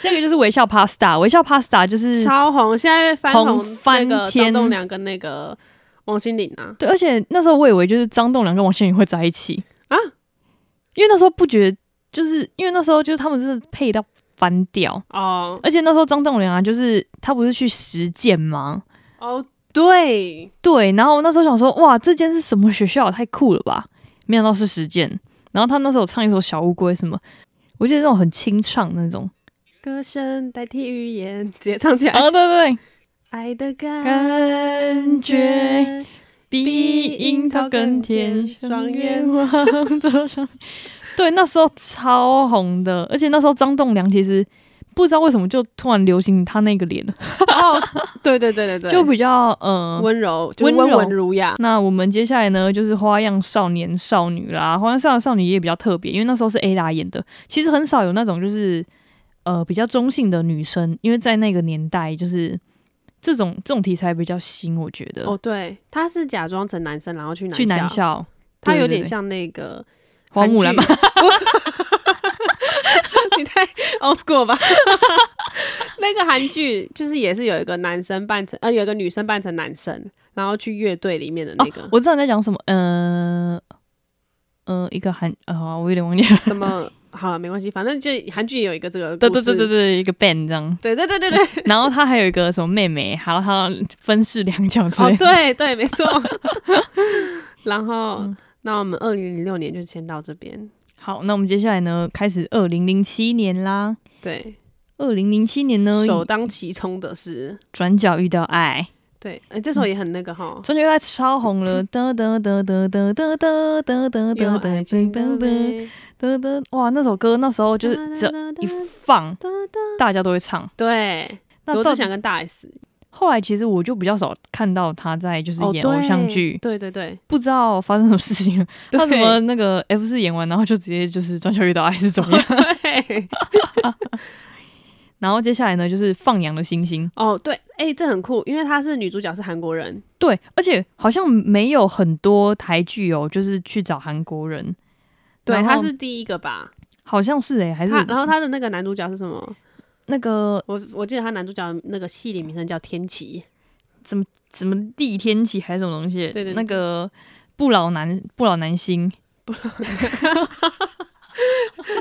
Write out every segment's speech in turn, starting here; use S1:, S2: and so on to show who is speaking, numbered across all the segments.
S1: 这个就是微笑 pasta，微笑 pasta 就是
S2: 超红，现在翻
S1: 红
S2: 那个
S1: 翻天
S2: 张栋梁跟那个王心凌啊，
S1: 对，而且那时候我以为就是张栋梁跟王心凌会在一起
S2: 啊，
S1: 因为那时候不觉得，就是因为那时候就是他们真的配到翻掉，
S2: 哦
S1: 而且那时候张栋梁啊，就是他不是去实践吗？
S2: 哦对，
S1: 对，然后我那时候想说，哇，这间是什么学校？太酷了吧！没想到是实践。然后他那时候有唱一首《小乌龟》什么，我记得那种很清唱那种。
S2: 歌声代替语言，直接唱起来，
S1: 啊，对对
S2: 爱的
S1: 对，
S2: 感
S1: 感觉
S2: 觉。
S1: 比樱桃更甜，双眼望着上。对，那时候超红的，而且那时候张栋梁其实不知道为什么就突然流行他那个脸，
S2: 哦，对对对对对，
S1: 就比较呃
S2: 温柔，就是
S1: 温
S2: 温
S1: 柔
S2: 文儒雅。
S1: 那我们接下来呢，就是《花样少年少女》啦，《花样少年少女》也比较特别，因为那时候是 A 拉演的。其实很少有那种就是呃比较中性的女生，因为在那个年代，就是这种这种题材比较新，我觉得。
S2: 哦，对，他是假装成男生，然后去
S1: 去
S2: 男
S1: 男，校，
S2: 他有
S1: 对对
S2: 点
S1: 对
S2: 像那个
S1: 花
S2: 韩
S1: 木
S2: 剧。
S1: 兰
S2: 你太 old school 吧？ 那个韩剧就是也是有一个男生扮成，呃，有一个女生扮成男生，然后去乐队里面的那个、
S1: 我知道你在讲什么，呃呃，一个韩啊、我有点忘记了。
S2: 什么，好了，没关系，反正就韩剧也有一个这个
S1: 对
S2: 故
S1: 对
S2: 事，
S1: 对对对，一个 band 这样，
S2: 对对对对 对
S1: 然后他还有一个什么妹妹，还有他分饰两角之类的。
S2: 哦对对，没 错。然后，那我们二零零六年就先到这边，
S1: 好，那我们接下来呢，开始二零零七年啦。
S2: 对，
S1: 二零零七年呢，
S2: 首当其冲的是。
S1: 转角遇到爱，
S2: 对，哎、这首也很那个哈，
S1: 转角遇到爱超红了，得得得得得得得得得
S2: 有
S1: 得
S2: 爱
S1: 得
S2: 情
S1: 得
S2: 的
S1: 得得
S2: 美
S1: 得得，哇，那首歌那时候就是只要一放，大家都会唱。
S2: 对，
S1: 那
S2: 罗
S1: 到
S2: 志祥跟大 S
S1: 后来其实我就比较少看到他在就是
S2: 哦
S1: 演
S2: 对
S1: 偶像剧，
S2: 对对对，
S1: 不知道发生什么事情 了。
S2: 对
S1: 他怎么那个 F 四演完，然后就直接就是转角遇到爱是怎么样？
S2: 对，
S1: 然后接下来呢就是放羊的星星，
S2: 哦对，哎、这很酷，因为她是女主角是韩国人，
S1: 对，而且好像没有很多台剧哦，就是去找韩国人，
S2: 对，
S1: 然后
S2: 她是第一个吧，
S1: 好像是诶、还是
S2: 她然后她的那个男主角是什么？
S1: 那个
S2: 我我记得她男主角那个戏里名称叫天启，
S1: 什么地天启还是什么东西？
S2: 对对对
S1: 那个不老男不老男星，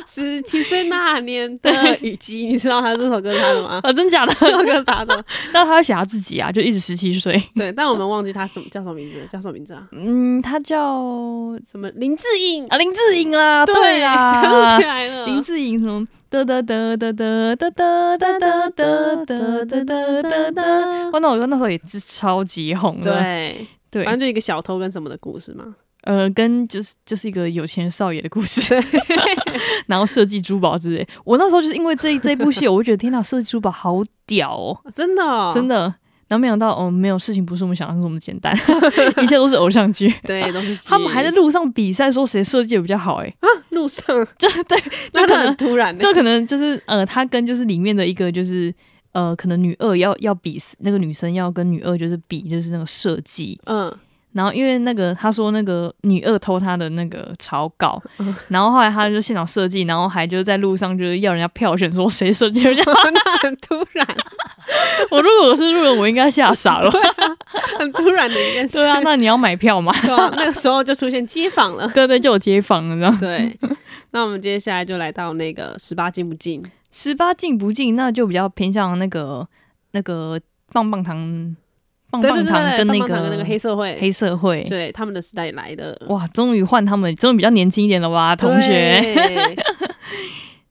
S2: 十七岁那年的 雨季，你知道他这首歌是他的吗？
S1: 啊，真假的？
S2: 这首歌是他的，
S1: 那他要写他自己啊，就一直十七岁。
S2: 对，但我们忘记他什么叫什么名字，叫什么名字啊？
S1: 嗯，他叫
S2: 什么林志颖？
S1: 啊林志颖啦，
S2: 想
S1: 啦
S2: 起，来了，
S1: 林志颖什么？得得得得得得得得得得得得得得得。哇，那我歌那时候也是超级红的，
S2: 对，
S1: 对
S2: 反，正就一个小偷跟什么的故事嘛。
S1: 呃，跟就是就是一个有钱少爷的故事，然后设计珠宝之类。我那时候就是因为这这部戏，我就觉得天哪，设计珠宝好屌哦！
S2: 真的、哦，
S1: 真
S2: 的，
S1: 的。然后没想到，哦，没有事情不是我们想象中那么简单，一切都是偶像剧。
S2: 对， 都是
S1: 他们还在路上比赛，说谁设计的比较好、欸，哎，
S2: 路上，
S1: 这 对，
S2: 那
S1: 就
S2: 个
S1: 可
S2: 很
S1: 能，
S2: 突然的、
S1: 就可能就是呃，他跟就是里面的一个就是呃，可能女二要要比那个女生要跟女二就是比就是那个设计，
S2: 嗯，
S1: 然后因为那个他说那个女二偷他的那个草 稿，
S2: 嗯
S1: 然后后来他就现场设计，然后还就是在路上就是要人家票选说谁设计人家。
S2: 那很突然，
S1: 我如果我是路人，我应该吓傻
S2: 啊
S1: 了。
S2: 很突然的一件 事。
S1: 对 啊，那你要买票吗？
S2: 对啊那个时候就出现街 访了。
S1: 对对，就有街坊了，这样。
S2: 对，那我们接下来就来到那个十八禁不禁，
S1: 十八禁不禁，那就比较偏向那个那个棒棒糖、棒
S2: 对
S1: 棒
S2: 对对
S1: 糖
S2: 对，
S1: 跟
S2: 棒
S1: 那
S2: 棒糖
S1: 个
S2: 跟那个黑社会，
S1: 黑社会。
S2: 对他们的时代来了。
S1: 哇，终于换他们，终于比较年轻一点了吧，同学。
S2: 对，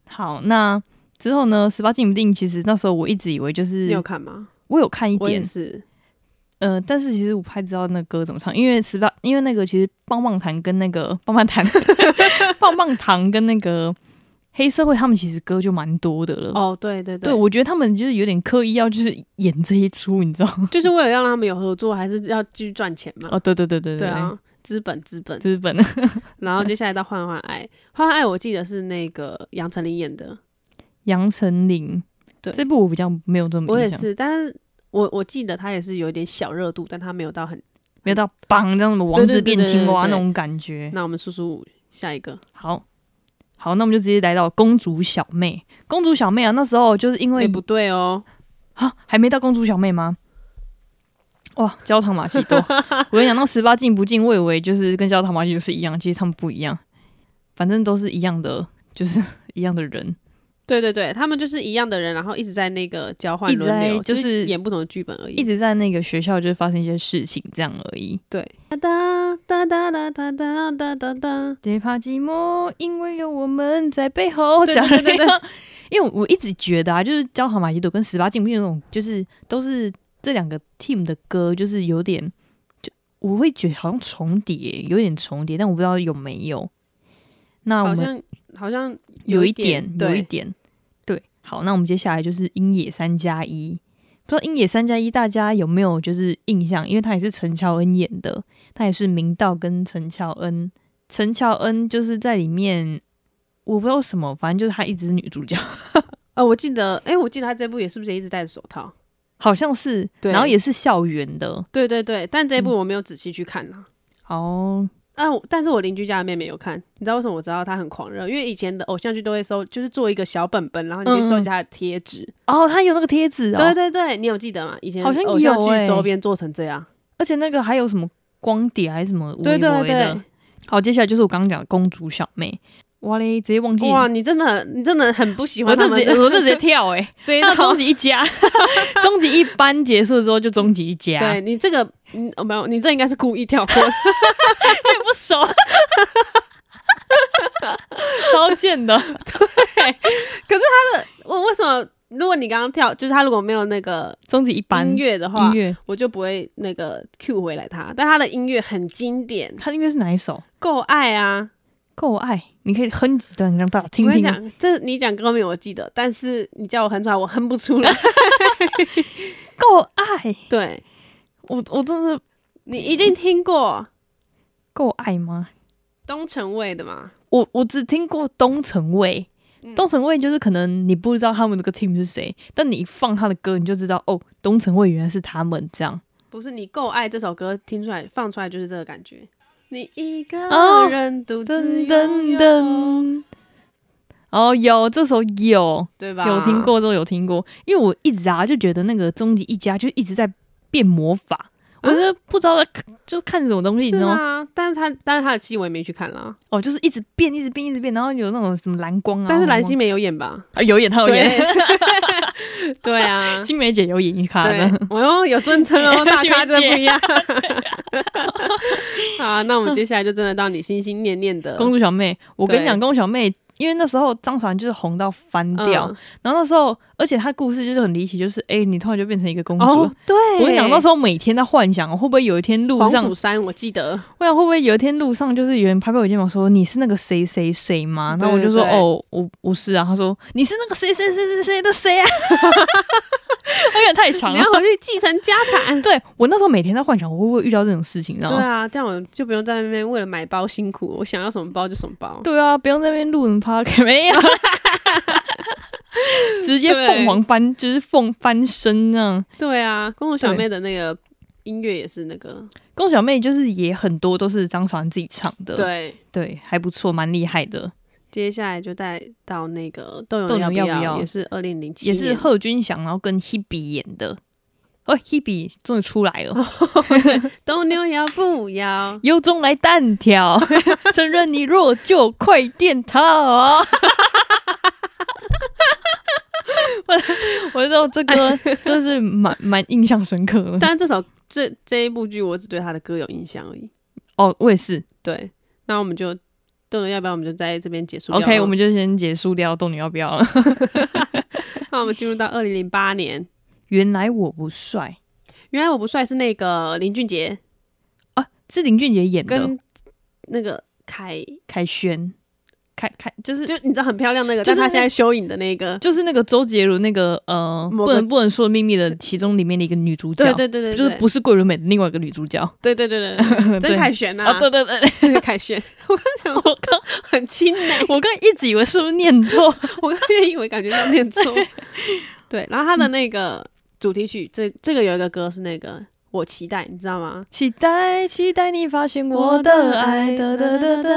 S1: 好，那之后呢？十八禁不禁，其实那时候我一直以为就是
S2: 你有看吗？
S1: 我有看一
S2: 我也
S1: 点，
S2: 是，
S1: 呃，但是其实我不太知道那歌怎么唱，因为十八，因为那个其实棒棒糖跟那个 棒棒 糖棒棒糖跟那个黑社会，他们其实歌就蛮多的了。
S2: 哦，对对
S1: 嗯对，我觉得他们就是有点刻意要就是演这一出，你知道吗？
S2: 就是为了要让他们有合作，还是要继续赚钱嘛？
S1: 哦，对对对对
S2: 对，啊，资本资本。
S1: 资本
S2: 然后接下来到《换换爱》，《换换爱》我记得是那个杨丞琳演的，
S1: 杨丞琳，
S2: 对
S1: 这部我比较没有这么
S2: 我也
S1: 印象，
S2: 是，但是我我记得她也是有一点小热度，但她没有到很。
S1: 没有到棒这样什么
S2: 对
S1: 王
S2: 对
S1: 子
S2: 对
S1: 变
S2: 对对
S1: 青蛙
S2: 对
S1: 那
S2: 对
S1: 种感觉。
S2: 那我们叔叔下一个
S1: 好，好，那我们就直接来到公主小妹。公主小妹啊，那时候就是因为
S2: 也不对哦，
S1: 啊，还没到公主小妹吗？哇，焦糖玛奇 朵！我跟你讲，那十八禁不禁，我以为就是跟焦糖玛奇朵是一样，其实他们不一样，反正都是一样的，就是一样的
S2: 嗯
S1: 人。
S2: 对对对，他们就是一样的人，然后一直在那个交换
S1: 一直
S2: 轮流，
S1: 在就是
S2: 是演不同的剧本而已。
S1: 一直在那个学校就是发生一些事情这样而已。
S2: 对，哒哒哒哒哒哒哒哒哒哒，
S1: 别怕寂寞，因为有我们在背后。
S2: 对
S1: 讲了
S2: 对对
S1: 一
S2: 对
S1: 个， 因为我一直觉得啊，就是《焦糖玛奇朵》跟《十八禁不禁》那种，就是都是这两个 team 的歌，就是有点，就我会觉得好像重叠，有点重叠，但我不知道有没有。那我
S2: 好
S1: 们
S2: 像好像
S1: 有
S2: 一
S1: 点，有一
S2: 对，
S1: 点，对。好，那我们接下来就是英野三加一。不知道英野三加一大家有没有就是印象？因为他也是陈乔恩演的，他也是明道跟陈乔恩。陈乔恩就是在里面，我不知道什么，反正就是她一直是女主角，
S2: 呃，我记得，哎，我记得他这部也是不是也一直戴着手套？
S1: 好像是，
S2: 对
S1: 然后也是校园的。
S2: 对对对，但这一部
S1: 嗯
S2: 我没有仔细去看啊。
S1: 哦，
S2: 啊，我但是我邻居家的妹妹有看，你知道为什么我知道她很狂热？因为以前的偶像剧都会收，就是做一个小本本，然后你可以
S1: 嗯
S2: 收集她的贴纸。
S1: 哦，他有那个贴纸哦，
S2: 对对对，你有记得吗？以前
S1: 好像
S2: 偶像
S1: 有欸
S2: 剧周边做成这样，
S1: 而且那个还有什么光碟还是什么微
S2: 对对
S1: 微的
S2: 对。
S1: 好，接下来就是我刚刚讲的公主小妹，哇嘞，直接忘记，
S2: 哇，你真的你真的很不喜
S1: 我
S2: 欢他
S1: 这直
S2: 们
S1: 接
S2: 的
S1: 我这直接跳哎、欸，
S2: 这一
S1: 那
S2: 套
S1: 终。极一 家，终极一班结束之后就终极一家，
S2: 对你这个，嗯，哦没有，你这应该是故意跳 过的。
S1: 也不熟，超贱的。
S2: 我为什么？如果你刚刚跳，就是他如果没有那个
S1: 终极一班
S2: 音乐的话
S1: 音，乐，
S2: 我就不会那个 Q 回来他。但他的音乐很经典，
S1: 他的音乐是哪一首？
S2: 够爱啊！
S1: 够爱，你可以哼几段让大家听
S2: 我跟
S1: 听
S2: 你。讲，这你讲歌名我记得，但是你叫我哼出来，我哼不出来。
S1: 够爱，
S2: 对
S1: 我我真的
S2: 你一定听过
S1: 够爱吗？
S2: 东城卫的嘛？
S1: 我我只听过东城卫。
S2: 嗯
S1: 东城卫就是可能你不知道他们这个 team 是谁，但你一放他的歌，你就知道哦，东城卫原来是他们这样。
S2: 不是你够爱这首歌，听出来放出来就是这个感觉。你一个
S1: 哦
S2: 人独
S1: 噔
S2: 自
S1: 噔
S2: 拥有，
S1: 噔，哦，有这首有，
S2: 对吧？
S1: 有听，过，都有听过。因为我一直啊就觉得那个终极一家就一直在变魔法，我是不知道在看就是看什么东西，你
S2: 啊是
S1: 知道吗？
S2: 吗？但是他但是他的戏我也没去看啦。
S1: 哦，就是一直变，一直变，一直变，然后有那种什么蓝光啊，
S2: 但是
S1: 蓝
S2: 蓝
S1: 光
S2: 心湄有演吧？
S1: 啊有演，他有演，，
S2: 对啊，
S1: 青梅姐有演一卡
S2: 对
S1: 的。，
S2: 我哟有尊称 哦，大
S1: 心
S2: 咖
S1: 湄
S2: 真
S1: 姐
S2: 不 一样。好啊，那我们接下来就真的到你心心念念的
S1: 公主小妹，我跟你
S2: 对
S1: 讲，公主小妹，因为那时候张韶涵就是红到翻掉，
S2: 嗯
S1: 然后那时候，而且她故事就是很离奇，就是哎、你突然就变成一个公主了，
S2: 哦，对，
S1: 我跟你讲，那时
S2: 候
S1: 候每天在幻想，我会不会有一天路
S2: 黄
S1: 上，
S2: 甫山我记得，
S1: 我想会不会有一天路上就是有人拍拍我肩膀说你是那个谁谁谁吗？然后我
S2: 对
S1: 就说
S2: 对
S1: 哦，我我是啊。他说你是那个谁谁谁谁谁的谁啊？ 有点太长
S2: 你
S1: 了。
S2: 要。回去继承家产
S1: 对我那时候每天在幻想，我会不会遇到这种事情？然后
S2: 对啊，这样我就不用在那边为了买包辛苦，我想要什么包就什么包。
S1: 对啊，不用在那边录人 p o d 没有， 直接
S2: 对
S1: 凤凰翻，就是凤翻身那样。
S2: 对啊，公主小妹的那个音乐也是那个，
S1: 宫小妹就是也很多都是张韶涵自己唱的，
S2: 对。
S1: 对，还不错，蛮厉害的。
S2: 接下来就带到那个《斗
S1: 斗
S2: 牛要
S1: 牛要不要
S2: 也是二零零七，
S1: 也是贺军翔，然后跟 Hebe 演的。哦，Hebe 终于出来了，
S2: 斗牛要不要？
S1: 由衷来单 挑，承认你弱就快点逃。 我我知道这歌真是蛮蛮印象深刻的。
S2: 但这首这这一部剧，我只对他的歌有印象而已。
S1: 哦，我也是。
S2: 对，那我们就斗牛要不要？我们就在这边结束掉了。
S1: OK，我们就先结束掉，动你要不要了？
S2: 那我们进入到二零零八年。
S1: 原来我不帅
S2: 原来我不帅是那个林俊杰
S1: 啊，是林俊杰演的，
S2: 跟那个凯，
S1: 凯旋，凯凯就是
S2: 就你知道很漂亮那个，
S1: 就是那
S2: 但他现在修影的那个。
S1: 就是那个周杰伦那个呃，
S2: 某
S1: 不
S2: 个
S1: 能不能说的秘密的其中里面的一个女主角，
S2: 对对对对，
S1: 就是不 是桂纶镁的另外一个女主角
S2: 对对对
S1: 对
S2: 对，曾凯旋呐，
S1: 啊，对对对， 对
S2: 对，凯旋， 我刚想我刚 很亲 呢，
S1: 我刚一直以为是不是念错，
S2: 我刚也以为感觉要
S1: 嗯
S2: 念错。对，然后他的那个主题曲，这这个有一个歌是那个我期待，你知道吗？
S1: 期待期待你发现我的爱，哒哒哒哒。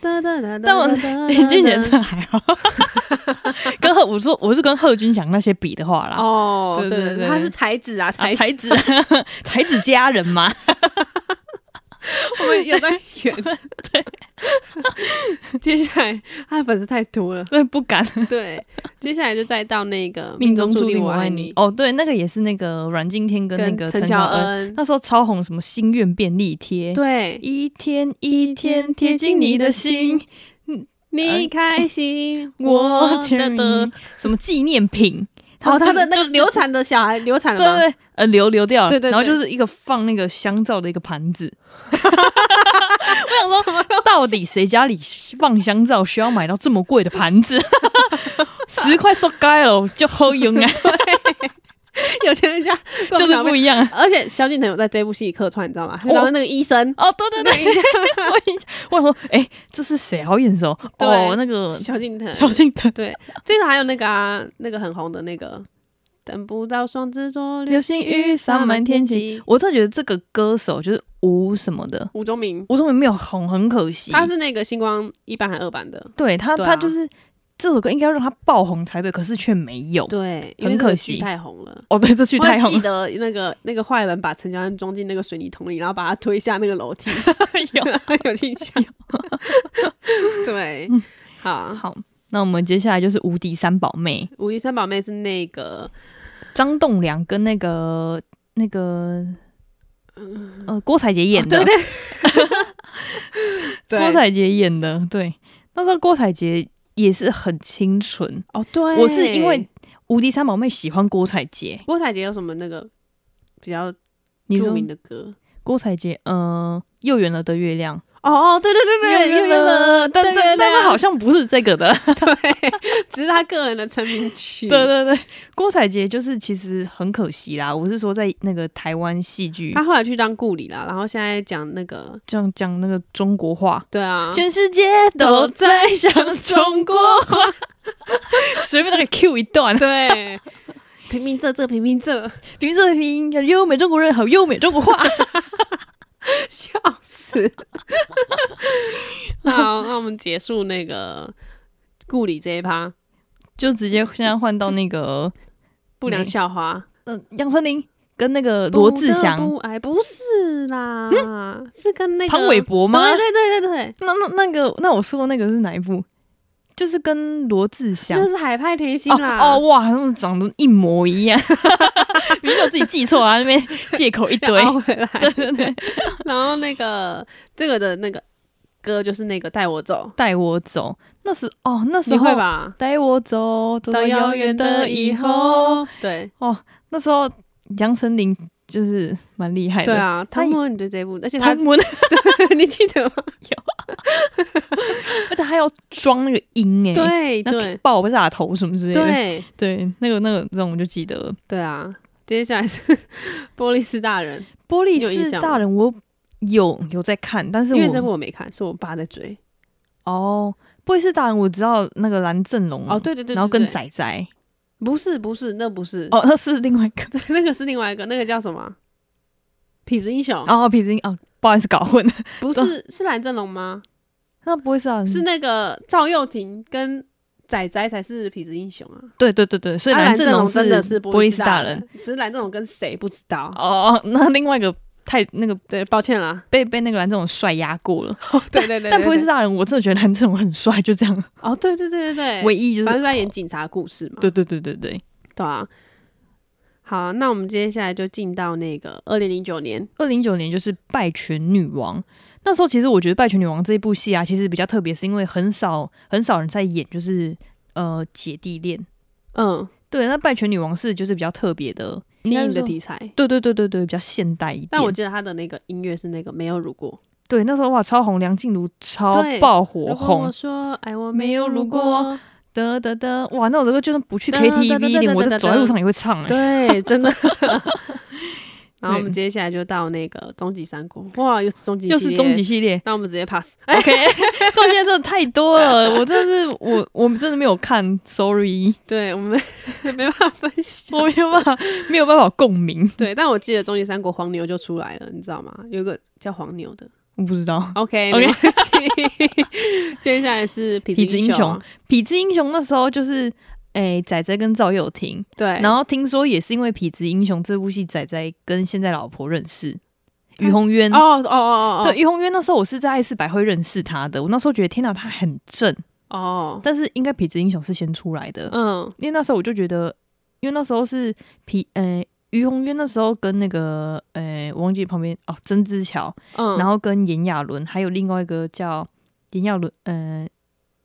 S2: 哒哒哒
S1: 但我 林俊杰这还好， 跟贺我说我是跟贺军翔那些比的话啦，
S2: 哦，
S1: 对
S2: 对
S1: 对
S2: 对
S1: 对
S2: 对，他是才子啊，
S1: 啊
S2: 才
S1: 才
S2: 子，
S1: 子 才子佳人嘛，
S2: 我们有在演， 对。 接下来 他的粉丝太多了，
S1: 对不敢。
S2: 对。接下来就再到那 个
S1: 命中注定我
S2: 我
S1: 爱你。哦，对，那个也是那个阮经天跟那
S2: 跟
S1: 个
S2: 陈
S1: 乔哎
S2: 乔恩，
S1: 那时候超红什么心愿便利贴，
S2: 对，
S1: 一天一天贴近你的心，
S2: 你开心，
S1: 我
S2: 我
S1: 哦的
S2: 的
S1: 的
S2: 的。
S1: 什么纪念品，
S2: 哦，他的
S1: 就
S2: 那个流产的小孩流 产
S1: 对
S2: 了吗？
S1: 对，呃，流流掉了，
S2: 对对对
S1: 然后就是一个放那个香皂的一个盘子。我想说，到底谁家里放香皂需要买到这么贵的盘子？十块收该了，就好用啊，
S2: 有钱人家
S1: 就
S2: 就是是
S1: 不一样啊。
S2: 而且萧敬腾有在这部戏客串，你知道吗？然后那个医生，
S1: 哦，对对对，我一下我想说，哎、这是谁？好眼熟
S2: 对
S1: 哦，那个
S2: 萧 敬腾，
S1: 萧敬腾。
S2: 对，这个还有那个啊，那个很红的那个，等不到双子座
S1: 流星雨洒满天际，，我真的觉得这个歌手就是吴什么的，
S2: 吴宗明，
S1: 吴宗明没有红，很可惜。
S2: 他是那个星光一版还二版的，
S1: 对他，
S2: 对啊
S1: 他就是这首歌应该让他爆红才对，可是却没有。
S2: 对，
S1: 很可惜
S2: 因为这个剧太红了。
S1: 哦，对，这句
S2: 我
S1: 太
S2: 还记
S1: 红了，
S2: 得那个那个坏人把陈乔恩装进那个水泥桶里，然后把他推下那个 楼梯，有印象。对，
S1: 嗯
S2: 好，
S1: 好，那我们接下来就是无敌三宝妹
S2: 五一三宝妹是那个
S1: 张栋梁跟那个那个。呃，郭采洁演的，
S2: 对
S1: 郭采洁演的，对，那时候郭采洁也是很清纯。
S2: 哦，对，
S1: 我是因为《无敌三宝妹》喜欢郭采洁，
S2: 郭采洁有什么那个比较
S1: 你
S2: 著
S1: 说
S2: 名的歌？
S1: 郭采洁，嗯、又圆了的月亮，
S2: 哦哦，对对对对，
S1: 又
S2: 又有了，
S1: 但
S2: 对
S1: 但
S2: 对
S1: 但是好像不是这个的，
S2: 对，只是他个人的成名曲。
S1: 对对对，郭采洁就是其实很可惜啦，我是说在那个台湾戏剧
S2: 他后来去当顾里啦，然后现在讲那个，
S1: 讲讲那个中国话，
S2: 对啊，
S1: 全世界都在讲中国 话，随便都可以 Q 一段，
S2: 对，平平仄仄平平仄，
S1: 平仄平优美中国人好优美中国话，
S2: 笑死。好，那我们结束那个顾里这一趴
S1: 就直接现在换到那个
S2: 不良校花。
S1: 嗯、杨丞琳跟那个罗志
S2: 不得
S1: 祥、嗯
S2: 不爱不是啦，是跟那个
S1: 潘玮柏吗？
S2: 对对对对对，
S1: 那那那个那我说的那个是哪一部？就是跟罗志祥
S2: 那是海派甜心
S1: 哦
S2: 啦。
S1: 哦哇，他们长得一模一 样，明明我自己记错啊，那边借口一 堆
S2: 要。凹回来。
S1: 对对对，
S2: 然后那个这个的那个歌就是那个带我走，
S1: 带我走，那时哦那时
S2: 你
S1: 候
S2: 会？吧？
S1: 带我走，走到遥远的以后。，
S2: 对
S1: 那时候杨丞琳就是蛮厉害的，
S2: 对，啊，
S1: 他
S2: 汤姆，你对这一部，而且他
S1: 他 们
S2: 你记得吗？
S1: 而且还要装那个音哎、
S2: 对
S1: 那
S2: 对
S1: 爆炸头什么之类的，
S2: 对
S1: 对，那个那个这种我就记得了。
S2: 对啊！接下来是 波利斯大人，
S1: 玻璃
S2: 有印
S1: 是
S2: 象吗
S1: 大人，我有有在看，但是
S2: 因为这部
S1: 我
S2: 我没看，是我爸在追。
S1: 哦，玻璃是大人，我知道那个蓝正龙
S2: 哦，对对对，
S1: 嗯然后
S2: 对
S1: 跟
S2: 对
S1: 仔仔，
S2: 不是不是，那不是，
S1: 哦，那是另外一个
S2: 那个是另外一个，那个叫什么？痞子英雄
S1: 哦，皮子哦，不好意思搞混了，
S2: 不是是蓝正龙吗？
S1: 那不会是啊，
S2: 是 那个赵又廷跟仔仔才是痞子英雄啊。
S1: 对对对对，所以
S2: 啊
S1: 蓝
S2: 蓝
S1: 正龙
S2: 龙真的是
S1: 波利斯
S2: 斯
S1: 大人
S2: 人，只是蓝正龙跟谁不知道。
S1: 哦哦，那另外一个太那个
S2: 对，抱歉啦。
S1: 被被那个蓝正龙帅压过了，
S2: 对对对，
S1: 但不会
S2: 对
S1: 是大人，我真的觉得蓝正龙很帅，就这样，
S2: 哦，对对对对对，
S1: 唯一就是
S2: 反正在演警察故事嘛。
S1: 对对对对对，
S2: 对啊。好，那我们接下来就进到那个二零零九年，
S1: 二零一九年就是《拜权女王》。那时候其实我觉得《拜权女王》这一部戏啊，其实比较特别，是因为很少很少人在演，就是呃姐弟恋。
S2: 嗯，
S1: 对，那《拜权女王》是就是比较特别的，
S2: 新
S1: 应该
S2: 颖
S1: 是
S2: 的
S1: 说
S2: 题材。
S1: 对对对对对，比较现代一点。
S2: 但我记得他的那个音乐是那个没有如果，
S1: 对那时候哇超红，梁静茹超
S2: 对
S1: 爆
S2: 如
S1: 火
S2: 果
S1: 红
S2: 我，说爱我
S1: 没
S2: 没
S1: 有
S2: 有
S1: 如
S2: 如
S1: 果
S2: 果，
S1: 得得得，哇那首歌就算不去
S2: 哒哒哒哒
S1: KTV 一点，
S2: 哒
S1: 我在
S2: 哒
S1: 走在路上也会唱、欸。
S2: 对，真的。然后我们接下来就到那个终极三国，哇，又是终极，
S1: 又是终极，系 列。
S2: 那我们直接 pass。
S1: OK，这种系列真的太多了，我真的是我我们真的没有看，sorry，
S2: 对我们 没办法分 享。
S1: 我没有办法没有办法共鸣，
S2: 对，但我记得终极三国黄牛就出来了，你知道吗？有一个叫黄牛的。
S1: 我不知道。
S2: OK，
S1: OK
S2: 没关系。 接下来是痞
S1: 痞子英
S2: 雄
S1: 雄，痞子英雄那时候就是，诶、仔仔跟赵又廷，
S2: 对，
S1: 然后听说也是因为《痞子英雄》这部戏，仔仔跟现在老婆认识
S2: 他
S1: 于红渊。
S2: 哦哦哦哦，
S1: 对，于红渊那时候我是在爱斯百惠认识他的，我那时候觉得天哪，他很正，
S2: 哦，
S1: 但是应该《痞子英雄》是先出来的，
S2: 嗯，
S1: 因为那时候我就觉得，因为那时候是痞，呃，于红渊那时候跟那个，呃，我忘记旁边哦，曾之乔，
S2: 嗯，
S1: 然后跟炎亚纶，还有另外一个叫炎亚纶，呃，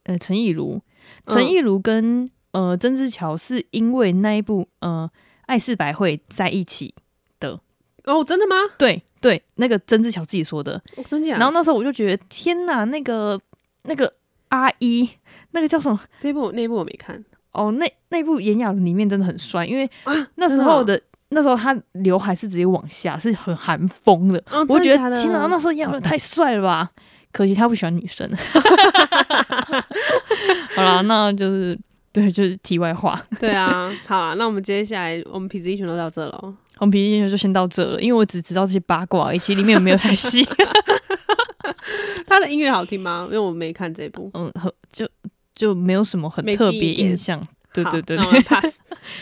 S1: 呃，陈亦儒，
S2: 嗯
S1: 陈亦儒跟呃曾之乔是因为那一部呃《爱是百惠》在一起，
S2: 哦，真的吗？
S1: 对对，那个曾之乔自己说的。
S2: 哦真假？
S1: 然后那时候我就觉得天哪，那个那个阿一，那个叫什么？
S2: 这部那部我没看，
S1: 哦，那那部《炎亚纶》里面真的很帅，因为
S2: 啊
S1: 那时候的。那时候他刘海是直接往下，是很韩风的。
S2: 哦
S1: 我觉
S2: 真
S1: 得
S2: 的假的哦
S1: 天哪，那时候炎亚纶太帅了吧！可惜他不喜欢女生。 好啦，那就是对，就是题外话。
S2: 对啊，好啊，那我们接下来我们痞子英雄都到这了。
S1: 红皮英雄就先到这了，因为我只知道这些八卦而已，其实里面有没有太 细。
S2: 他的音乐好听吗？因为我没看这部，
S1: 嗯，和就就没有什么很
S2: 没记忆
S1: 特别
S2: 点
S1: 印象。 对
S2: 好
S1: 对对
S2: 那我们
S1: 对，
S2: pass。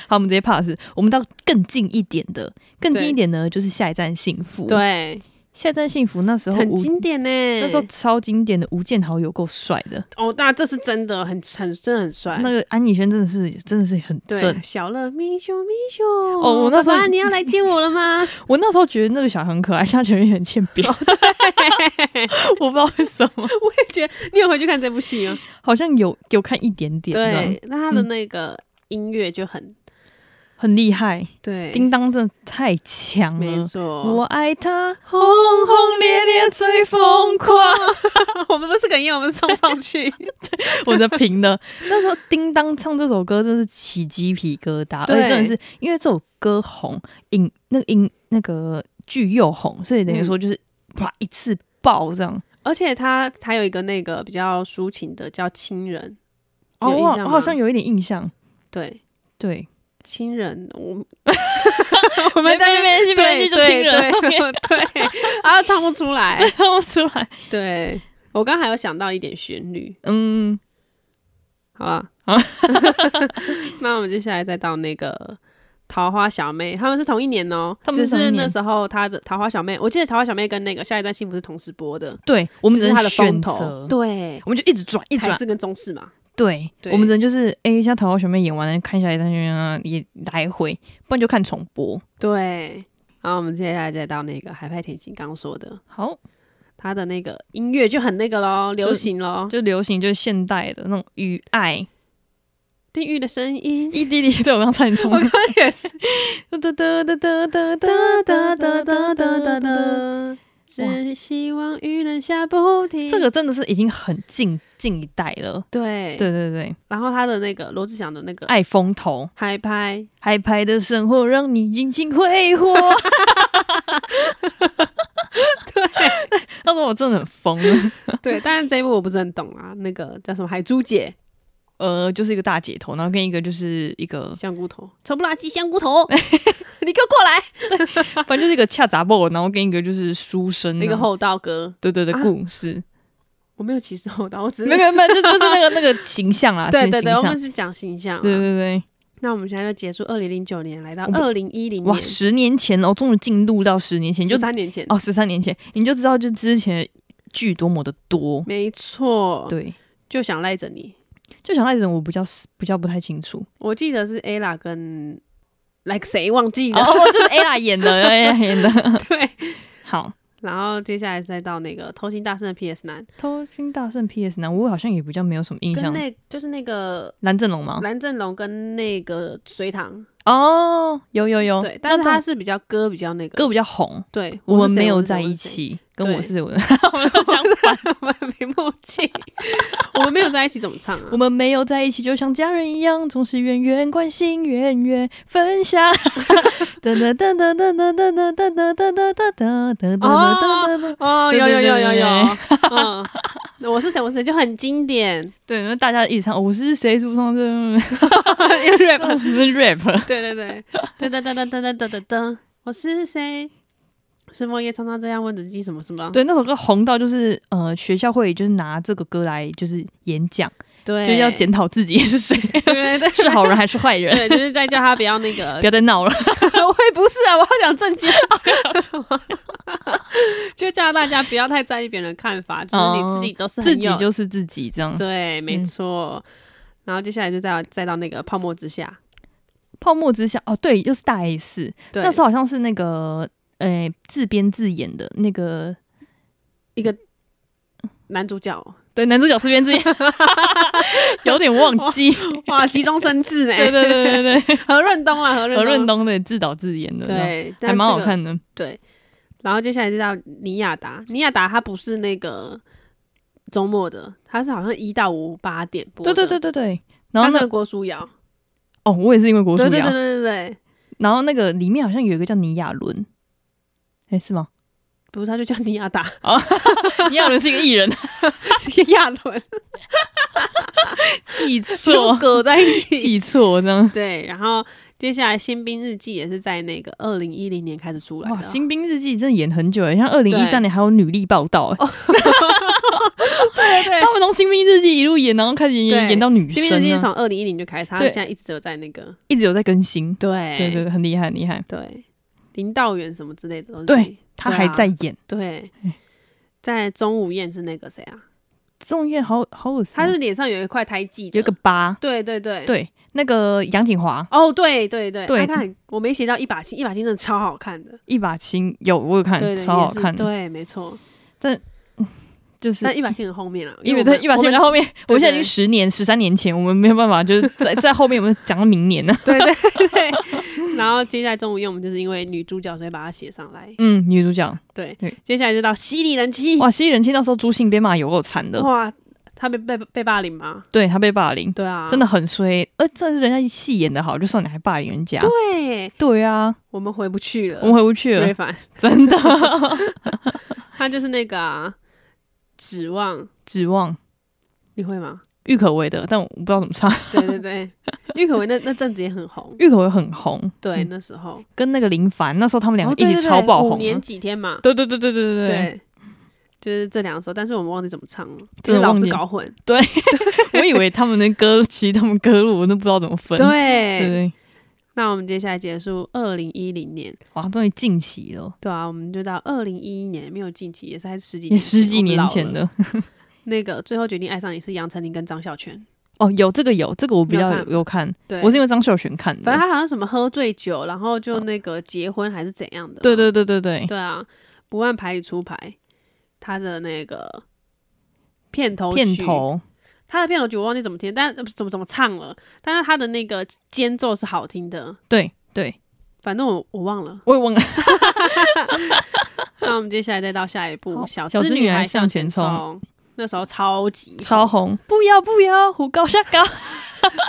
S1: 好，我们直接 pass。我们到更近一点的，更近
S2: 对
S1: 一点呢，就是下一站幸福。，
S2: 对，
S1: 下一站幸福那时候
S2: 很
S1: 吴
S2: 经典呢。
S1: 那时候超经典的吴建豪有够帅的，
S2: 哦，那这是真的，很很真的很帅。
S1: 那个安以轩真的是真的是很
S2: 对，
S1: 正。
S2: 小乐咪咻咪咻，
S1: 哦我那时候
S2: 爸爸你要来接我了吗？
S1: 我那时候觉得那个小孩很可爱，现在觉得有点欠 扁， 我不知道为什么，
S2: 我也觉得，你有回去看这部戏吗？
S1: 好像有有看一点点，这样嗯
S2: 对，那他的那个音乐就很
S1: 很厉害。
S2: 对，
S1: 叮当真的太强
S2: 没
S1: 了。
S2: 错。
S1: 嗯我爱他，轰轰烈烈最疯狂。
S2: 我们不是哽咽，我们是冲 上去。
S1: 我的评的那时候，叮当唱这首歌真是起鸡皮疙瘩，而
S2: 对
S1: 且真的是因为这首歌红，影那个影那个剧又红，所以等于说就是啪一次爆这样。
S2: 而且他还有一个那个比较抒情的叫《亲人》，
S1: 哦，
S2: 有印
S1: 我好
S2: 象
S1: 我
S2: 吗
S1: 好像有一点印象，
S2: 对，
S1: 对，
S2: 《亲人》我
S1: 我们在那边
S2: 对
S1: 是边去就亲人，
S2: 对对 对 啊，唱不出来。
S1: 看不出来。
S2: 对，我刚还有想到一点旋律，
S1: 嗯，
S2: 好了，
S1: 啊
S2: 那我们接下来再到那个。桃花小妹，他们是同一年哦、
S1: 他们是
S2: 只
S1: 同一
S2: 是
S1: 年
S2: 那时候他的桃花小妹，我记得桃花小妹跟那个下一站幸福是同时播的，
S1: 对，我们只
S2: 是
S1: 能
S2: 他的风
S1: 选
S2: 头，
S1: 择，
S2: 对，
S1: 我们就一直转，一直转
S2: 台，式跟中式嘛，
S1: 对，
S2: 对
S1: 我们人就是哎，诶像《桃花小妹》演完了，看一下一段时间啊，也来回，不然就看重播。
S2: 对。然后我们接下来再到那个海派甜心刚刚说的，
S1: 好，
S2: 他的那个音乐就很那个喽，
S1: 是
S2: 流行喽，
S1: 就流行就是现代的那种与爱，
S2: 地狱的声音。
S1: 一滴滴，对我刚差点冲
S2: 我刚刚也是，
S1: 哒哒哒哒哒
S2: 哒
S1: 哒哒
S2: 哒哒
S1: 哒
S2: 哒
S1: 哒
S2: 哒
S1: 哒
S2: 哒
S1: 哒哒。
S2: 哒，只希望雨能下不停。
S1: 这个真的是已经很近近一代了。
S2: 对
S1: 对，对对，
S2: 然后他的那个罗志祥的那个
S1: 爱风头，
S2: 嗨拍，
S1: 海派的生活让你尽情挥霍。对，那时候我真的很疯，
S2: 对，但是这一部我不是很懂啊，那个叫什么海珠姐
S1: 呃，就是一个大姐头，然后跟一个就是一个
S2: 香菇头，丑不拉几香菇头， 你给我过来，
S1: 反正就是一个恰杂报，然后跟一个就是书生
S2: 那个
S1: 然后
S2: 厚道哥，
S1: 对对对
S2: 啊
S1: 故事，
S2: 我没有歧视厚道，我只是
S1: 没有没有，就就是那个那个形象 啦，
S2: 对
S1: 形
S2: 对对，
S1: 啊形
S2: 我
S1: 象
S2: 们是讲形象啊。
S1: 对对对，
S2: 那我们现在就结束二零零九年，来到
S1: 我不
S2: 二零一零
S1: 哇，
S2: 年，
S1: 十年前哦，终于进入到十年前，就
S2: 三年前。
S1: 哦十三年前，你就知道就之前的剧多么的多，
S2: 没错，
S1: 对，
S2: 就想赖着你。
S1: 就想那种我比较比较不太清楚，
S2: 我记得是 ella 跟 like 谁忘记了，
S1: 哦，就是 ella 演的，ella 演的，
S2: 对。
S1: 好，
S2: 然后接下来再到那个偷心大圣的 PS 男，
S1: 偷心大圣 PS 男，我好像也比较没有什么印
S2: 跟
S1: 象，
S2: 那就是那个
S1: 哦蓝正龙吗？
S2: 蓝正龙跟那个隋唐，
S1: 哦，有有有，
S2: 对，但是
S1: 那
S2: 他
S1: 种
S2: 是比较歌比较那个，
S1: 歌比较红，
S2: 对，
S1: 我们
S2: 是谁
S1: 没有
S2: 我是
S1: 在
S2: 谁我
S1: 一
S2: 是 谁
S1: 起，跟我
S2: 对
S1: 是我的， 我们的想法，
S2: 我们没默 契，我们没有在一起怎么唱啊
S1: 我？们没有在一起，就像家人一样，总是远远关心，远远分享。 噔噔噔噔噔噔噔噔噔噔噔噔噔噔噔噔噔噔。
S2: 哦，
S1: 对
S2: 有有
S1: 对
S2: 有
S1: 对
S2: 有
S1: 对
S2: 有，嗯，我是谁？我是谁就很 经典，
S1: 对，那大家一起唱，哦我是谁出 生的
S2: 因为 rap，
S1: rap，
S2: 对对对，噔噔噔噔噔噔噔噔噔，我是谁？是莫叶常常这样问自己什么什么？
S1: 对，那首歌红到就是呃，学校会就是拿这个歌来就是演讲，
S2: 对，
S1: 就是要检讨自己是谁，
S2: 对对
S1: 是好人还是坏人，
S2: 对，就是在叫他不要 那个
S1: 不要再闹了。
S2: 我也不是啊，我要讲正经。 就叫大家不要太在意别人的看法，就是你自己都是很
S1: 哦自己
S2: 有
S1: 就是嗯自己这样。
S2: 对，没错。然后接下来就再再到那个泡沫之下，
S1: 泡沫之下，哦，对，又是大 S，
S2: 对，
S1: 那时候好像是那个诶、自编自演的那个，
S2: 男主角
S1: 对，男主角自编自演， 有点忘 记。
S2: 哇，急中生智 呢，
S1: 对对对对对，
S2: 何润东啊，何润
S1: 何润
S2: 东，
S1: 东的自导自演的，，
S2: 对，但
S1: 还蛮好
S2: 这个。
S1: 看的。
S2: 然后接下来就到尼亚达，尼亚达他不是那个周末的，他是好像一到五八点播
S1: 对
S2: 的，
S1: 对对对对。然
S2: 他
S1: 后
S2: 是
S1: 那
S2: 郭书瑶，
S1: 哦，我也是因为国术
S2: 对对
S1: 聊，
S2: 对对对对，
S1: 然后那个里面好像有一个叫倪亚伦，哎、是 吗？
S2: 不是他就叫尼亚达，
S1: 倪亚伦是一个艺人，
S2: 是亚伦，
S1: 记
S2: 就
S1: 错
S2: 葛在一 起。
S1: 记错这样。
S2: 对，然后接下来《新兵日记》也是在那个二零一零年开始出来的
S1: 哇，《
S2: 啊，
S1: 新兵日记》真的演很久哎，像二零一三年还有女力报道哎，
S2: 对哦对
S1: 他们从《新兵日记》一路演，然后开始演
S2: 对
S1: 演到女
S2: 新兵日
S1: 生
S2: 记》是
S1: 啊，
S2: 从二零一零就开始，它
S1: 对
S2: 现在一直有在那个
S1: 一直有在更新。
S2: 对
S1: 对对，对很厉害，很厉害。
S2: 对，林道远什么之类的都是
S1: 对
S2: 自己
S1: 他
S2: 对啊
S1: 还在演，
S2: 对
S1: 哎，
S2: 在钟无艳是那个谁啊？
S1: 仲彦好好恶心哦，
S2: 他是脸上有一块胎记的，
S1: 有一个疤，
S2: 对对对。
S1: 对，那个杨景华
S2: 哦，对对对，
S1: 对
S2: 他看我没写到一把青，一把青真的超好看的，
S1: 一把青有我有看
S2: 对，对，
S1: 超好
S2: 也是
S1: 看，
S2: 对，没错。
S1: 就是
S2: 但一把青很后面了，
S1: 因为
S2: 我
S1: 在
S2: 们
S1: 一把
S2: 我
S1: 青
S2: 们
S1: 在后面，我
S2: 对
S1: 们现在已经
S2: 对
S1: 十年、十三年前，我们没有办法，就是 在在后面我们讲到明年呢。
S2: 对对对。 然后接下来钟无艳，我们就是因为女主角所以把它写上来。
S1: 嗯，女主角
S2: 对
S1: 对，
S2: 接下来就到犀利人 妻，
S1: 哇，西人气那时候朱信被骂有够惨的，
S2: 哇，他被被被霸凌吗？
S1: 对她被霸凌，
S2: 对啊，
S1: 真的很衰。呃，这是人家戏演的好，就少你还霸凌人家。
S2: 对，呃
S1: 对啊，
S2: 我们回不去了。
S1: 我们回不去
S2: 瑞
S1: 了，
S2: 凡，
S1: 真 的。
S2: 他就是那个啊，指望
S1: 指望
S2: 你会吗？
S1: 郁可唯的，但我不知道怎么唱。
S2: 对对对，郁可唯那那阵子也很红，
S1: 郁可唯很红，
S2: 对，
S1: 嗯
S2: 那时候
S1: 跟那个林凡那时候他们两个
S2: 哦
S1: 一
S2: 对
S1: 起
S2: 对对
S1: 超爆
S2: 五
S1: 红
S2: 年
S1: 啊。
S2: 几天嘛，
S1: 对对对对对对
S2: 对，就是这两首，但是我们忘记怎么唱了，
S1: 真的
S2: 就是老
S1: 忘
S2: 是
S1: 记
S2: 搞混。
S1: 对，我以为他们的歌，其实他们歌路我都不知道怎么分。对
S2: 对，
S1: 对，
S2: 那我们接下来结束二零一零年，
S1: 哇，终于近期了，
S2: 对啊，我们就到二零一一年，没有近期，也是还是十几
S1: 也
S2: 年
S1: 十
S2: 前
S1: 几年前。
S2: 我们老了
S1: 的。
S2: 那个最后决定爱上你是杨丞琳跟张孝全，
S1: 哦，有这个有这个我比较
S2: 你有
S1: 有
S2: 看
S1: 有看，
S2: 对，
S1: 我是因为张秀璇看的。
S2: 反正他好像什么喝醉酒，然后就那个结婚还是怎样的，
S1: 对对对对对，
S2: 对啊，不按牌理出牌，他的那个片头曲
S1: 片，头
S2: 他的片头曲我忘记怎么听，但呃不是怎么怎么唱了，但是他的那个间奏是好听的，
S1: 对对，。
S2: 反正我我忘了
S1: 我也忘了。
S2: 那我们接下来再到下一步
S1: 好
S2: 《小
S1: 小
S2: 资
S1: 资
S2: 女
S1: 女孩
S2: 孩
S1: 向
S2: 向
S1: 前
S2: 前
S1: 冲
S2: 冲》，那时候超级
S1: 超
S2: 红
S1: 红，不要不要，虎高下高。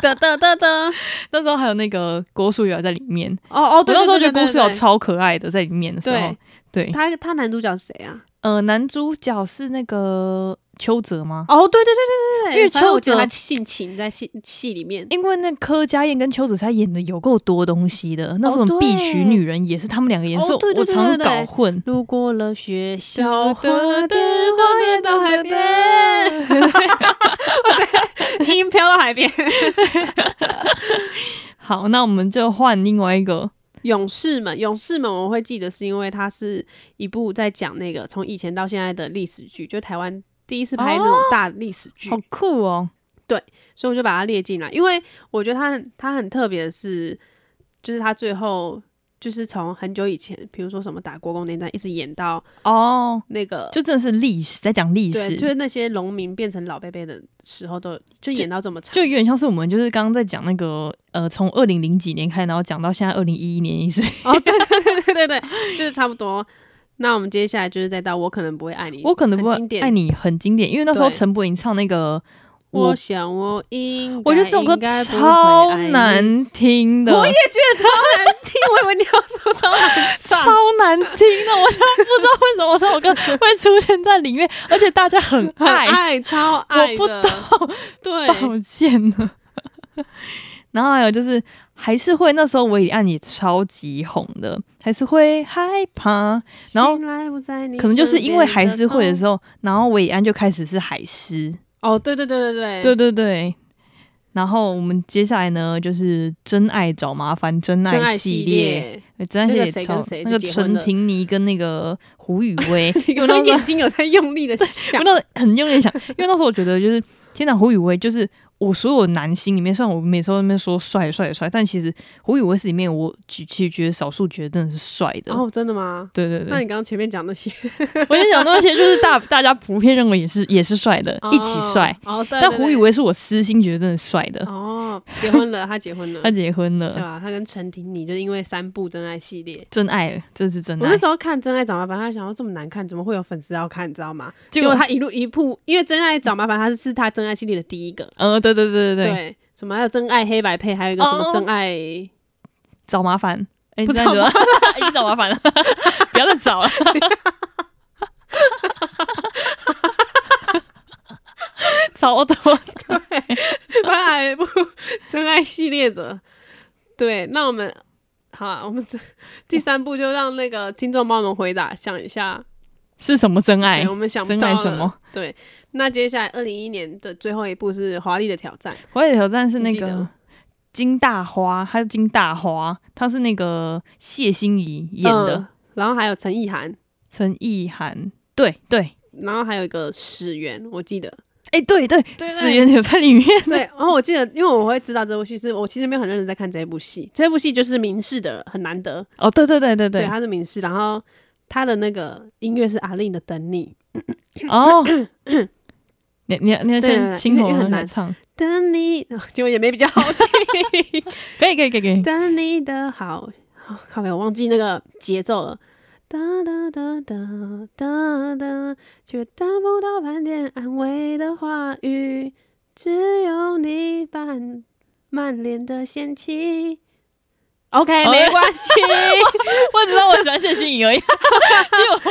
S2: 的的的的，
S1: 那时候还有那个郭书瑶在里面，
S2: 哦哦，
S1: 我
S2: 对对
S1: 那时候
S2: 对
S1: 觉得
S2: 对
S1: 郭
S2: 对
S1: 书瑶
S2: 对，
S1: 超可爱的，在里面的时候
S2: 对。
S1: 对，
S2: 他他男主角是谁啊？
S1: 呃，男主角是那个邱泽吗？
S2: 哦，对对对对对对，
S1: 因为
S2: 反正我
S1: 邱
S2: 觉得
S1: 泽
S2: 他性情在戏戏里面，
S1: 因为那柯佳燕跟邱子才演的有够多东西的，那时候
S2: 哦对
S1: 《必娶女人》也是他们两个演，
S2: 哦
S1: 所以
S2: 对对
S1: 我
S2: 对
S1: 常
S2: 对对
S1: 搞混。
S2: 路过了学校
S1: 小
S2: 花
S1: 花
S2: 的
S1: 的
S2: 花
S1: 花
S2: 园
S1: 园
S2: 到
S1: 到
S2: 海
S1: 海
S2: 边，
S1: 边，
S2: 音飘到海 边。
S1: 好，那我们就换另外一个，
S2: 勇士们，勇士们，我会记得是因为它是一部在讲那个从以前到现在的历史剧，就台湾第一次拍那种大历史剧，
S1: 哦好酷哦！
S2: 所以我就把它列进来，因为我觉得它很它很特别的是，就是它最后就是从很久以前，比如说什么打国共内战，一直演到
S1: 哦，
S2: 那个，
S1: 就真的是历史，在讲历
S2: 对，
S1: 史，
S2: 就是那些农民变成老贝贝的时候都有，就演到这么长，
S1: 就有点像是我们就是刚刚在讲那个呃，从二零零几年开始，然后讲到现在二零一一年也 是。
S2: 哦，对对 对对对对，就是差不多。那我们接下来就是再到我可能不会爱你，
S1: 我可能不
S2: 很经
S1: 会
S2: 典
S1: 爱你很经典，因为那时候
S2: 对
S1: 陈柏霖唱那个
S2: 我
S1: 我，
S2: 想我应，
S1: 我觉得这首歌
S2: 应该不会
S1: 超
S2: 爱你。
S1: 难听的，
S2: 我也觉得超难听，我以为你要说超 难唱
S1: 超难听的，我就不知道为什么这首歌会出现在里面，而且大家很
S2: 很
S1: 爱，
S2: 爱超爱
S1: 不
S2: 的， 对，
S1: 抱歉呢。然后还有就是，还是会那时候维里安也超级红的，还是会害怕，然后
S2: 醒来不在你
S1: 可能就是因为
S2: 身边
S1: 还
S2: 的
S1: 是会的时
S2: 候，
S1: 候，然后维里安就开始是海狮，
S2: 哦，对对对对
S1: 对对对。然后我们接下来呢，就是真爱找麻烦，真
S2: 真
S1: 爱
S2: 爱
S1: 系
S2: 系
S1: 列，
S2: 列，
S1: 对真爱系列
S2: 那个谁
S1: 超
S2: 跟谁
S1: 那个
S2: 就结婚
S1: 陈
S2: 了
S1: 婷妮跟那个胡 宇威，
S2: 你
S1: 因为
S2: 刚
S1: 那时
S2: 刚
S1: 候
S2: 眼 睛有在用力的想
S1: 我，那时候很用力地想，因为那时候我觉得就是天哪，胡宇威就是我所有男星里面，虽然我每次都在那边说帅帅帅，但其实胡宇威是里面我其其实觉得少数觉得真的是帅的。
S2: 哦，真的吗？
S1: 对对
S2: 那
S1: 对，
S2: 你刚刚前面讲那些，
S1: 我先讲那些就是大 大家普遍认为也是也是帅的，一起帅。
S2: 哦，哦对
S1: 但
S2: 对
S1: 胡宇
S2: 对
S1: 威是我私心觉得真的帅的，
S2: 哦，结婚了，他结 婚了
S1: 他，结婚
S2: 对啊
S1: 了，
S2: 吧？他跟陈婷妮就是因为三部《真爱》系列。
S1: 真爱，这是真
S2: 我
S1: 爱
S2: 那。时候看《真爱找麻烦》，他想要这么难看，怎么会有粉丝要看？你知道吗？
S1: 结
S2: 结
S1: 果
S2: 果他一路一步，因为《真爱找麻烦》他是他《真爱》系列的第一个，
S1: 嗯，对对对对对，
S2: 对，什么还有《真爱黑白配》，还有一个什么
S1: 哦
S2: 《真爱》
S1: 找麻烦，哎，
S2: 不
S1: 这
S2: 找
S1: 样子吗， 已经找麻烦了，不要再找了。超多，
S2: 不然还有一部真爱系列的。对，那我们好啊，我们这第三步就让那个听众帮我们回答，想一下，
S1: 是什么真爱
S2: 对，我？们想不
S1: 哎真
S2: 到
S1: 爱什
S2: 了？
S1: 么？
S2: 对，那接下来二零一一年的最后一步是华丽的挑战，
S1: 火野挑战是那
S2: 你记
S1: 个
S2: 得
S1: 金大花，她是金大花，她是那个谢欣怡演的，
S2: 嗯然后还有陈意涵，
S1: 陈意涵，对对，
S2: 然后还有一个始源，我记 得。
S1: 哎对对，
S2: 对
S1: 史源有在里面，
S2: 对，然后我记得，因为我会知道这部戏，是我其实没有很认真在看这部戏。这部戏就是明世的，很难得。
S1: 哦对对对对
S2: 对，
S1: 对，
S2: 它是明世，然后它的那个音乐是阿令的《等你》，
S1: 哦， 你你你要
S2: 对
S1: 先
S2: 对
S1: 清
S2: 因为因为
S1: 红
S2: 很
S1: 来
S2: 难
S1: 唱，
S2: 等你，结果也没比较好听。
S1: 可以可以可以可 以，
S2: 等你的好，好靠北，我忘记那个节奏了。哒哒哒哒哒哒，却得不到半点安慰的话语，只有你满满脸的嫌弃。OK，
S1: 哦
S2: 没关系。
S1: 我只知道我喜欢谢欣怡而已， 就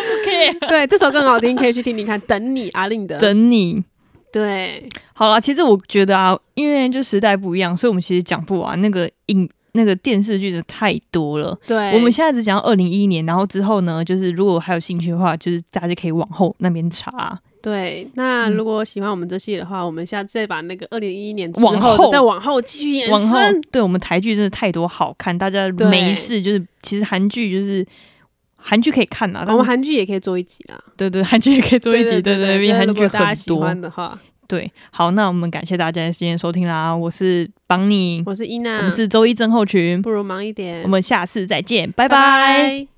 S1: OK。
S2: 对，这首更好听，可以去听听看。等你，阿令的。
S1: 等你
S2: 对，
S1: 好了，其实我觉得啊，因为就时代不一样，所以我们其实讲不完那个影那个电视剧的太多了。
S2: 对，
S1: 我们现在只讲二零一一年，然后之后呢，就是如果还有兴趣的话，就是大家就可以往后那边查。
S2: 对。那
S1: 嗯
S2: 如果喜欢我们这系的话，我们下次再把那个二零一一年之
S1: 往
S2: 后
S1: 后
S2: 的再往后继续延
S1: 往后
S2: 伸。
S1: 对我们台剧真的太多好看，大家
S2: 对
S1: 没事就是其实韩剧就是韩剧可以看啦，但
S2: 我们韩剧也可以做一集啦。
S1: 对对韩剧也可以做一集，对对，因为韩
S2: 如
S1: 剧
S2: 果大家
S1: 很
S2: 喜
S1: 多
S2: 欢。的话，
S1: 对，好，那我们感谢大家今天收听啦，我是邦尼，
S2: 我是伊
S1: 我
S2: 娜，
S1: 们是周一症候群，
S2: 不如忙一点，
S1: 我们下次再见，拜
S2: 嗯拜
S1: 拜。
S2: 拜